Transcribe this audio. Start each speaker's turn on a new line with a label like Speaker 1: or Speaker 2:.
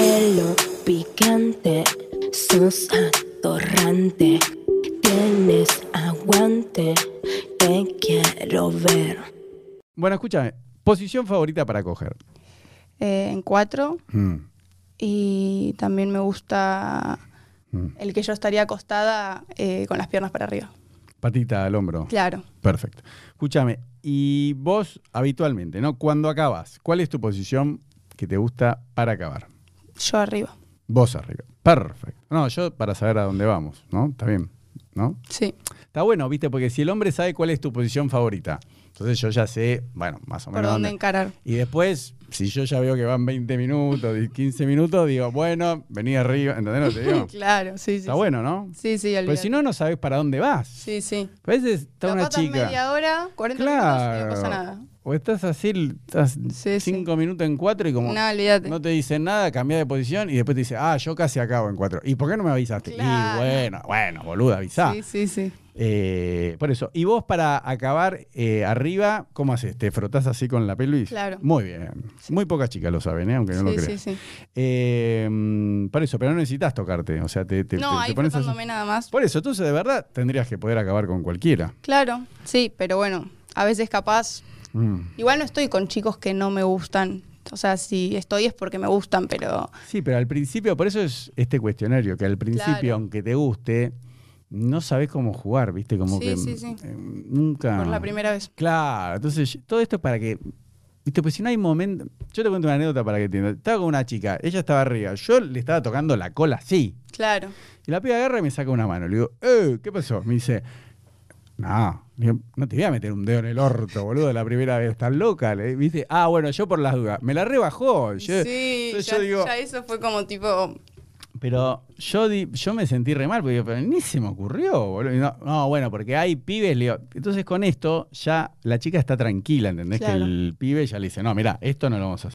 Speaker 1: pelo picante, sos atorrante, tienes aguante, te quiero ver.
Speaker 2: Bueno, escúchame. Posición favorita para coger.
Speaker 3: eh, en cuatro
Speaker 2: Mm,
Speaker 3: y también me gusta
Speaker 2: mm.
Speaker 3: el que yo estaría acostada eh, con las piernas para arriba.
Speaker 2: Patita al hombro.
Speaker 3: Claro.
Speaker 2: Perfecto. Escúchame. Y vos habitualmente, ¿no? Cuando acabas, ¿cuál es tu posición que te gusta para acabar?
Speaker 3: Yo arriba.
Speaker 2: Vos arriba. Perfecto. No, yo para saber a dónde vamos, ¿no? Está bien, ¿no?
Speaker 3: Sí.
Speaker 2: Está bueno, ¿viste? Porque si el hombre sabe cuál es tu posición favorita, entonces yo ya sé, bueno, más o
Speaker 3: ¿Por
Speaker 2: menos.
Speaker 3: dónde
Speaker 2: dónde-
Speaker 3: encarar?
Speaker 2: Y después, si yo ya veo que van 20 minutos, di- 15 minutos, digo, bueno, vení arriba, ¿entendés? lo que te digo?
Speaker 3: Claro, sí, sí.
Speaker 2: Está
Speaker 3: sí.
Speaker 2: bueno, ¿no?
Speaker 3: Sí, sí,
Speaker 2: Pero
Speaker 3: olvídate.
Speaker 2: Pues si no, no sabes para dónde vas.
Speaker 3: Sí, sí.
Speaker 2: A veces está
Speaker 3: Capaz
Speaker 2: una
Speaker 3: estás
Speaker 2: chica.
Speaker 3: media hora, 40 minutos y no pasa nada.
Speaker 2: O estás así, estás
Speaker 3: Sí, sí.
Speaker 2: cinco minutos en cuatro y como
Speaker 3: No, olvídate.
Speaker 2: no te dicen nada, cambiás de posición y después te dice, ah, yo casi acabo en cuatro. ¿Y por qué no me avisaste? Y
Speaker 3: Claro.
Speaker 2: bueno, bueno, boluda, avisá.
Speaker 3: Sí, sí, sí.
Speaker 2: Eh, por eso. Y vos para acabar eh, arriba, ¿cómo haces? ¿Te frotás así con la pelvis?
Speaker 3: Claro.
Speaker 2: Muy bien. Muy pocas chicas lo saben, ¿eh? aunque no
Speaker 3: sí,
Speaker 2: lo creas.
Speaker 3: sí, sí.
Speaker 2: Eh, mm, por eso, pero no necesitas tocarte. O sea, te, te- te-
Speaker 3: No,
Speaker 2: te
Speaker 3: ahí
Speaker 2: pones así. Pues-
Speaker 3: frotándome nada más.
Speaker 2: Por eso, entonces de verdad tendrías que poder acabar con cualquiera.
Speaker 3: Claro, sí, pero bueno, a veces capaz.
Speaker 2: Mm.
Speaker 3: Igual no estoy con chicos que no me gustan. O sea, si estoy es porque me gustan, pero
Speaker 2: Sí, pero al principio, por eso es este cuestionario, que al principio,
Speaker 3: Claro.
Speaker 2: aunque te guste, no sabes cómo jugar, ¿viste? Como
Speaker 3: Sí,
Speaker 2: que
Speaker 3: sí, sí.
Speaker 2: eh, nunca.
Speaker 3: por la primera vez.
Speaker 2: Claro, entonces yo- todo esto es para que. Viste, pues si no hay momento. Yo te cuento una anécdota para que entiendas. Estaba con una chica, ella estaba arriba, yo le estaba tocando la cola así.
Speaker 3: Claro.
Speaker 2: Y la piba agarra y me saca una mano. Le digo, eh, ¿qué pasó? Me dice, no, Le digo, no te voy a meter un dedo en el orto, boludo, la primera vez. Estás loca. Le dice, ah, bueno, yo por las dudas. Me la rebajó. Yo-
Speaker 3: sí,
Speaker 2: entonces
Speaker 3: ya, ya eso fue como tipo.
Speaker 2: pero yo di- yo me sentí re mal, porque digo, pero ni se me ocurrió, boludo. Y No, no, bueno, porque hay pibes, le digo, entonces con esto ya la chica está tranquila, ¿entendés?
Speaker 3: Claro.
Speaker 2: Que el pibe ya le dice, no, mira, esto no lo vamos a hacer.